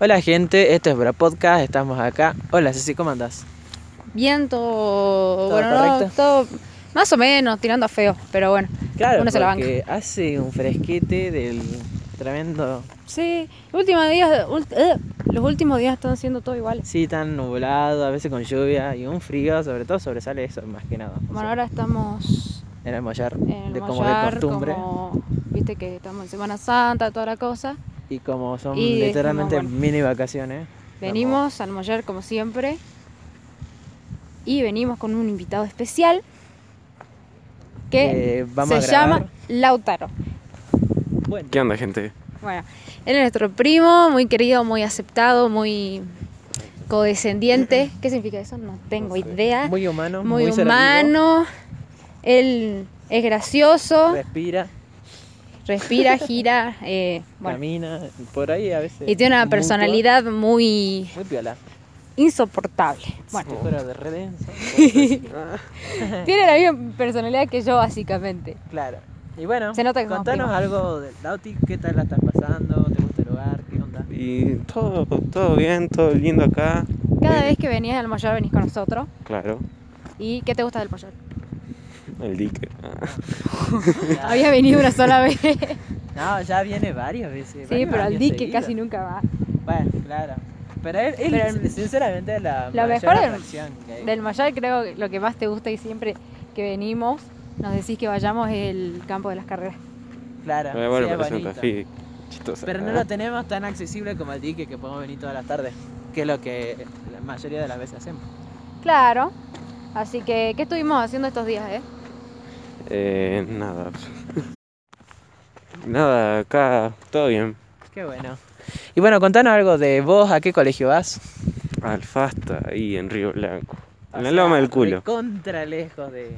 Hola gente, esto es Bra Podcast, estamos acá. Hola Ceci, ¿cómo andás? Viento, bueno, no, correcto? todo más o menos tirando a feo, pero bueno, Claro, uno se la banca. porque hace un fresquete del tremendo... Sí, últimos días, ult- eh, los últimos días están siendo todo iguales. Sí, tan nublado, a veces con lluvia y un frío, sobre todo sobresale eso más que nada. Bueno, ahora estamos En el mollar, en de, como de Mollar, costumbre. como, viste que estamos en Semana Santa, toda la cosa. Y como son Y dijimos, literalmente bueno. mini vacaciones. Venimos al Mollar como siempre y venimos con un invitado especial que Eh, vamos se a llama grabar. Lautaro. Bueno, ¿Qué onda, gente? Bueno, él es nuestro primo, muy querido, muy aceptado, muy codescendiente. ¿Qué significa eso? No tengo idea. Muy, muy humano, servido, humano. Él es gracioso, respira, respira, gira, eh, bueno, camina, por ahí a veces. y tiene una mutua, personalidad muy Muy piola. insoportable. Bueno, Si fuera de redenso. tiene la misma personalidad que yo básicamente. Claro. Y bueno, Se nota que somos contanos algo de Lauti, ¿qué tal la estás pasando? ¿Te gusta el lugar? ¿Qué onda? Y todo, todo bien, todo lindo acá. Cada Eh, vez que venís al mayor venís con nosotros. Claro, ¿Y qué te gusta del mayor? el dique. Ah, Ah. Había venido una sola vez. sí, No, ya viene varias veces. varios pero al años dique seguidos. casi nunca va. Bueno, claro. Pero él, él, Pero el- sinceramente, la, lo mayor mejor del- atracción que hay. Del Mayar creo que lo que más te gusta y siempre que venimos nos decís que vayamos es el campo de las carreras. Claro, eh, bueno, sí, es pero Santa bonito. Fe, chistosa. Pero no lo tenemos tan accesible como el dique que podemos venir todas las tardes, que es lo que la mayoría de las veces hacemos. Claro. Así que, ¿qué estuvimos haciendo estos días, eh? Eh, nada. nada, acá, todo bien. Qué bueno. Y bueno, contanos algo de vos, ¿a qué colegio vas? Alfasta ahí en Río Blanco. O En la sea, loma del culo. Contra lejos de.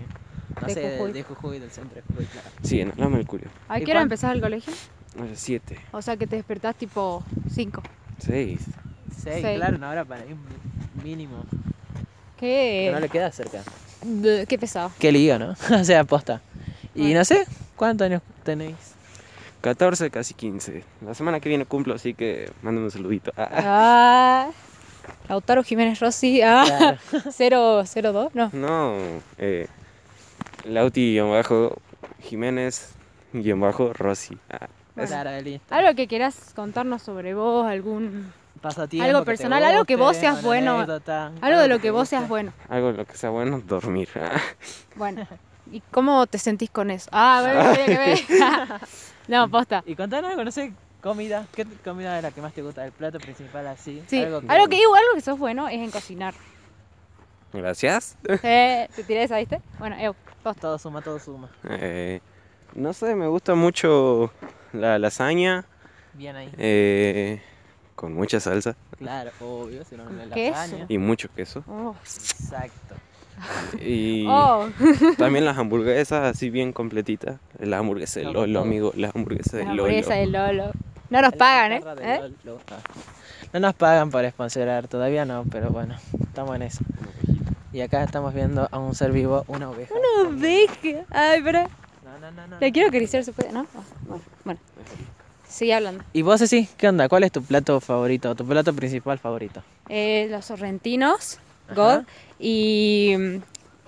No De sé, de- Jujuy. de Jujuy, del centro de Jujuy, claro. Sí, en la loma del culo. ¿A ¿Y qué hora cuán- empezás el colegio? A las 7, O sea que te despertás tipo 5. 6. Seis, Seis. claro, una hora para ir mínimo. Que no Qué, le queda cerca. Bleh, qué pesado. Qué lío, ¿no? o sea, aposta. Y Bueno. no sé, ¿cuántos años tenéis? 14, casi 15. La semana que viene cumplo, así que mándame un saludito. Ah, Ah, Lautaro Jiménez Rossi, ah, 002, no. No, eh, Lauti-Jiménez-Rossi. Ah. Bueno. Claro, listo. Algo que quieras contarnos sobre vos, algún Pasatiempo Algo que te personal, algo que vos guste, seas una bueno, anécdota, algo de lo que te vos guste. seas bueno. Algo en lo que sea bueno, dormir. Ah. Bueno, ¿y cómo te sentís con eso? Ah, bueno, que ver. No, posta. Y contanos algo, no sé, comida. ¿Qué comida es la que más te gusta? El plato principal así. Sí, algo que, algo que, algo que sos bueno es en cocinar. Gracias. Eh, te tiré esa, ¿viste? Bueno, eu, posta. Todo suma, todo suma. Eh, no sé, me gusta mucho la lasaña Bien ahí. eh, con mucha salsa Claro, obvio, si no, no es ¿Qué es? lasaña. y mucho queso. Oh. Exacto. Y Oh. también las hamburguesas así bien completitas. La hamburguesa de No, Lolo, todo. amigo. La hamburguesa de La Lolo. hamburguesa de Lolo. No nos La pagan, ¿eh? guitarra de ¿Eh? Lolo. Ah. No nos pagan para sponsorar, todavía no, pero bueno, estamos en eso. Y acá estamos viendo a un ser vivo, una oveja. Una oveja. Ay, pero No, no, no, no, la no. quiero acariciar, ¿se puede? ¿No? Ah, Bueno, bueno. Sigue hablando. ¿Y vos, Ceci, qué onda? ¿Cuál es tu plato favorito, tu plato principal favorito? Eh, los sorrentinos, Ajá. God, y mm,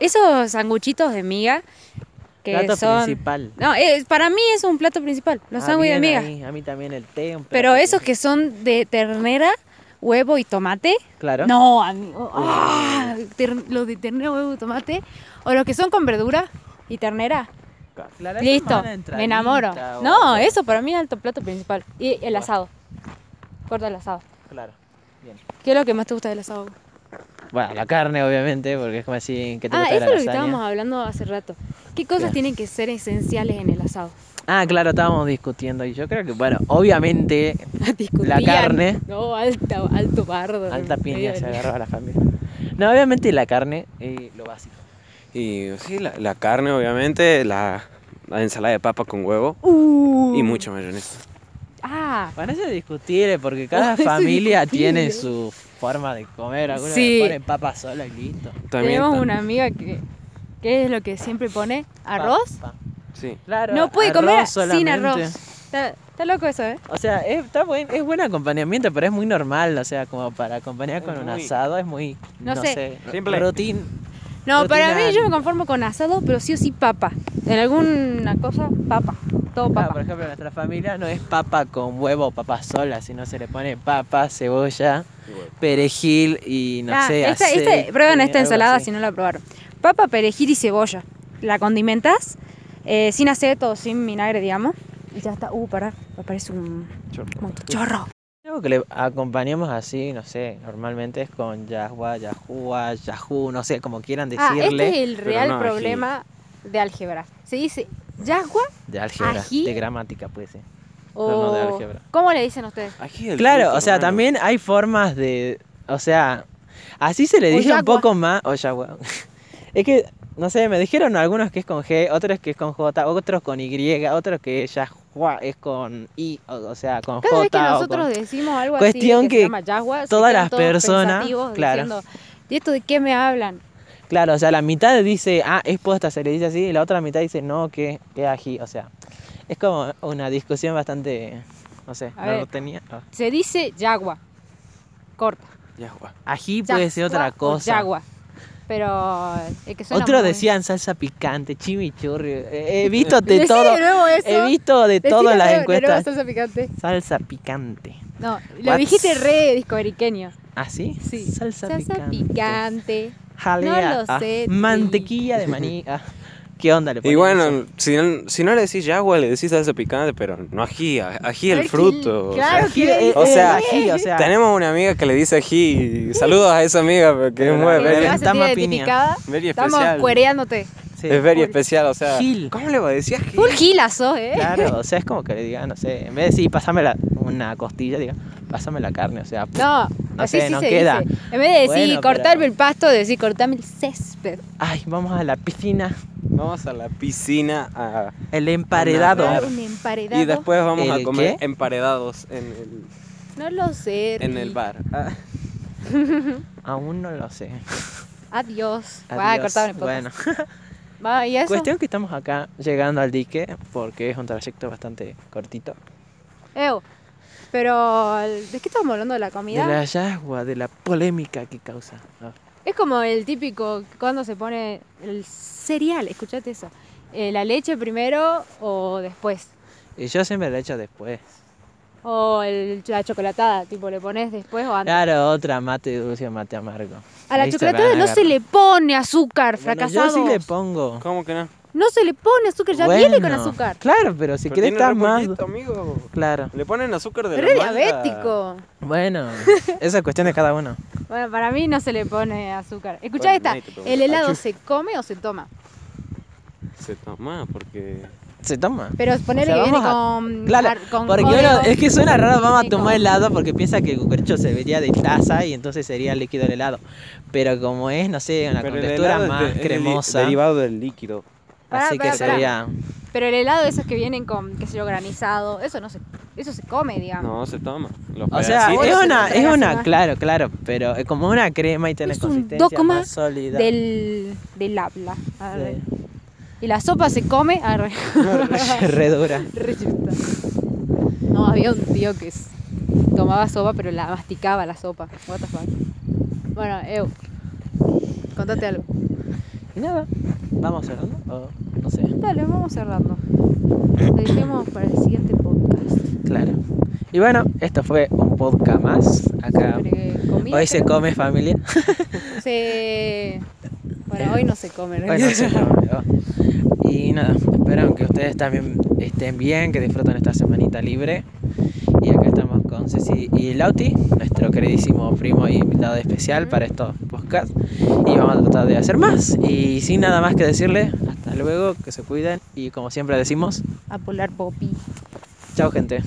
esos sanguchitos de miga que plato son... principal. No, eh, para mí es un plato principal, los Ah, sándwiches de bien miga. ahí, A mí también el té. un Pero plato esos que son de ternera, huevo y tomate. principal. Claro. No, amigo. Oh. ¡ah! Ter- los de ternera, huevo y tomate. O los que son con verdura y ternera. Claro, eso es más Listo, una me enamoro. entradita o No, algo. eso para mí es alto plato principal. Y el asado. Corta el asado. Claro. Bien. ¿Qué es lo que más te gusta del asado? Bueno, la carne, obviamente, porque es como así que te Ah, gusta eso la es lo que lasaña. estábamos hablando hace rato. ¿Qué cosas Ya. tienen que ser esenciales en el asado? Ah, claro, estábamos discutiendo. Y yo creo que, bueno, obviamente, Discutían. carne. No, alta, alto bardo. Alta piña Medio se de- agarró a la familia. No, obviamente la carne y lo básico. Y sí, la, la carne, obviamente. La, la ensalada de papa con huevo. Uh. Y mucha mayonesa. Ah, Para eso es discutible, porque cada Eso es familia tiene discutible. su forma de comer. Algunos Sí. le ponen papa sola y listo. También. tenemos ta- una amiga que. ¿Qué es lo que siempre pone? Pa- ¿Arroz? pa- Sí. Claro. No puede arroz comer sin solamente. arroz. Está- Está loco eso, ¿eh? O sea, es, está buen, es buen acompañamiento, pero es muy normal. O sea, como para acompañar Es con un muy- asado es muy. No No, sé. sé. Simple. Rutin. No, para Rutina- mí yo me conformo con asado, pero sí o sí papa. En alguna cosa, papa. Todo Ah, papa. por ejemplo, nuestra familia no es papa con huevo o papa sola, sino se le pone papa, cebolla, perejil y no Ah, sé. esta, esta- aceite, prueben esta algo ensalada así. si no la probaron. Papa, perejil y cebolla. La condimentas eh, sin aceto, sin vinagre, digamos. Y ya está. Uh, pará. Me parece un motochorro. Algo que le acompañamos así, no sé, normalmente es con yahua, yahua, yahoo, no sé, como quieran Ah, este decirle, es el pero real no ají. problema de álgebra. Se dice yagua de álgebra, ají. de gramática, pues sí. o... no de álgebra. ¿Cómo le dicen ustedes? Ají del Claro, fruto, o sea, hermano. también hay formas de, o sea, así se le O dice un yagua. poco más, o yagua. Es que, no sé, me dijeron algunos que es con G, otros que es con J, otros con Y, otros que yahua es con I, o, o sea, con Cada vez que J. o nosotros con- decimos algo Cuestión así, que, que se llama yagua, se todas quedan las todos personas, pensativos claro. diciendo, ¿y esto de qué me hablan? Claro, o sea, la mitad dice, ah, es posta, se le dice así, y la otra mitad dice, no, que, que ají. O sea, es como una discusión bastante, no sé, A no ver. lo tenía. ah. Se dice yagua. Corta. Ya, guau. Ají puede ser otra Yagua o cosa. Yagua. Pero es que suena Otros muy- decían salsa picante, chimichurri. eh, He he visto de Decí todo, de nuevo eso. he visto de Decí todo de en las nuevo- de nuevo encuestas. salsa picante. Salsa picante. No, lo What? dijiste re discoeriqueño. ¿Ah, sí? Sí. Salsa, Salsa picante. picante. Jalea. No lo ah, sé, mantequilla de maní. ah. ¿Qué onda le Y ponen eso? bueno, si no, si no le decís yagua, le decís salsa picante, pero no ají, a- ají el Porque- fruto. o sea. Claro Ají, que eh, o eh, sea, ají, o sea, Tenemos una amiga que le dice ají. y Saludos a esa amiga porque es Pero muy la- Si te ver, Eh, vas a very, tama sentir piña. identificada. very Estamos especial. cuereándote. sí. Es very especial, o sea. Gil. ¿Cómo le va a decir ají? Full gilazo, ¿eh? Claro, o sea, es como que le digan, no sé, en vez de decir, pásame la, una costilla, diga, pásame la carne, o sea, No, No así sé, sí no se queda. dice. En vez de decir Bueno, pero- cortarme el pasto, decir cortarme el césped. ay, vamos a la piscina, Vamos a la piscina a- el emparedado. Claro. Ah, Un emparedado. y después vamos a ¿El comer qué? emparedados en No lo sé. el, en el Ricky. bar. Ah, Aún no lo sé. Adiós. Va a Adiós. cortar el podcast. Bueno, Va, y eso. cuestión que estamos acá llegando al dique, porque es un trayecto bastante cortito. Ew. Pero, ¿de qué estamos hablando de la comida? De la yagua, de la polémica que causa. Ah, Es como el típico cuando se pone el cereal, escuchate eso. Eh, la leche primero o después. Y yo siempre lo he hecho después. O el- la chocolatada, tipo, le pones después o antes. Claro, otra mate dulce, mate amargo. Ah. a la Ahí se chocolatada van a no se agarrar. le pone azúcar, Bueno, fracasado. yo sí le pongo. ¿Cómo que no? No se le pone azúcar, ya viene con Bueno, azúcar. Claro, pero si Pero querés tiene estar re más... poquito, amigo. Claro. Le ponen azúcar de Es la re manga. diabético. Bueno, esa es cuestión de cada uno. Bueno, para mí no se le pone azúcar. Escuchá Bueno, esta, nadie te pregunta. ¿el helado Achú. se come o se toma? Se toma porque Se toma. Pero ponerle O sea, que viene vamos con... Claro, ar- con porque Oreo, uno, es que suena raro, vamos a viene tomar con- helado porque piensa que el cucurcho se vería de taza y entonces sería líquido el helado. Pero como es, no sé, una Pero el contextura helado es de- más es de- cremosa, derivado del líquido. Pará, así que pará, pará. sería... Pero el helado esos que vienen con, qué sé yo, granizado, eso no se, eso se come, digamos. No, se toma. Los O sea, pedacitos. es eso una, se es traga, una, se va. claro, claro, pero es como una crema y tiene Es un consistencia dogma más sólida. Del, del habla. Arre. Sí. Y la sopa se come, arre. Re dura. Re chusta. No, había un tío que s- tomaba sopa, pero la masticaba la sopa. What the fuck. Bueno, Eu, contate algo. Y nada, vamos cerrando, o no sé, Dale, vamos cerrando. Lo dejemos para el siguiente podcast. claro. Y bueno, esto fue un podcast más, acá... Sobre comida, Hoy se pero- come familia. se- Bueno, hoy no se come. ¿no? Bueno, eso es lo único. Y nada, espero que ustedes también estén bien, que disfruten esta semanita libre. Y acá estamos con Ceci y Lauti, nuestro queridísimo primo y invitado especial para estos podcasts. Y vamos a tratar de hacer más. Y sin nada más que decirles, hasta luego, que se cuiden. Y como siempre decimos, A polar popi. chao gente.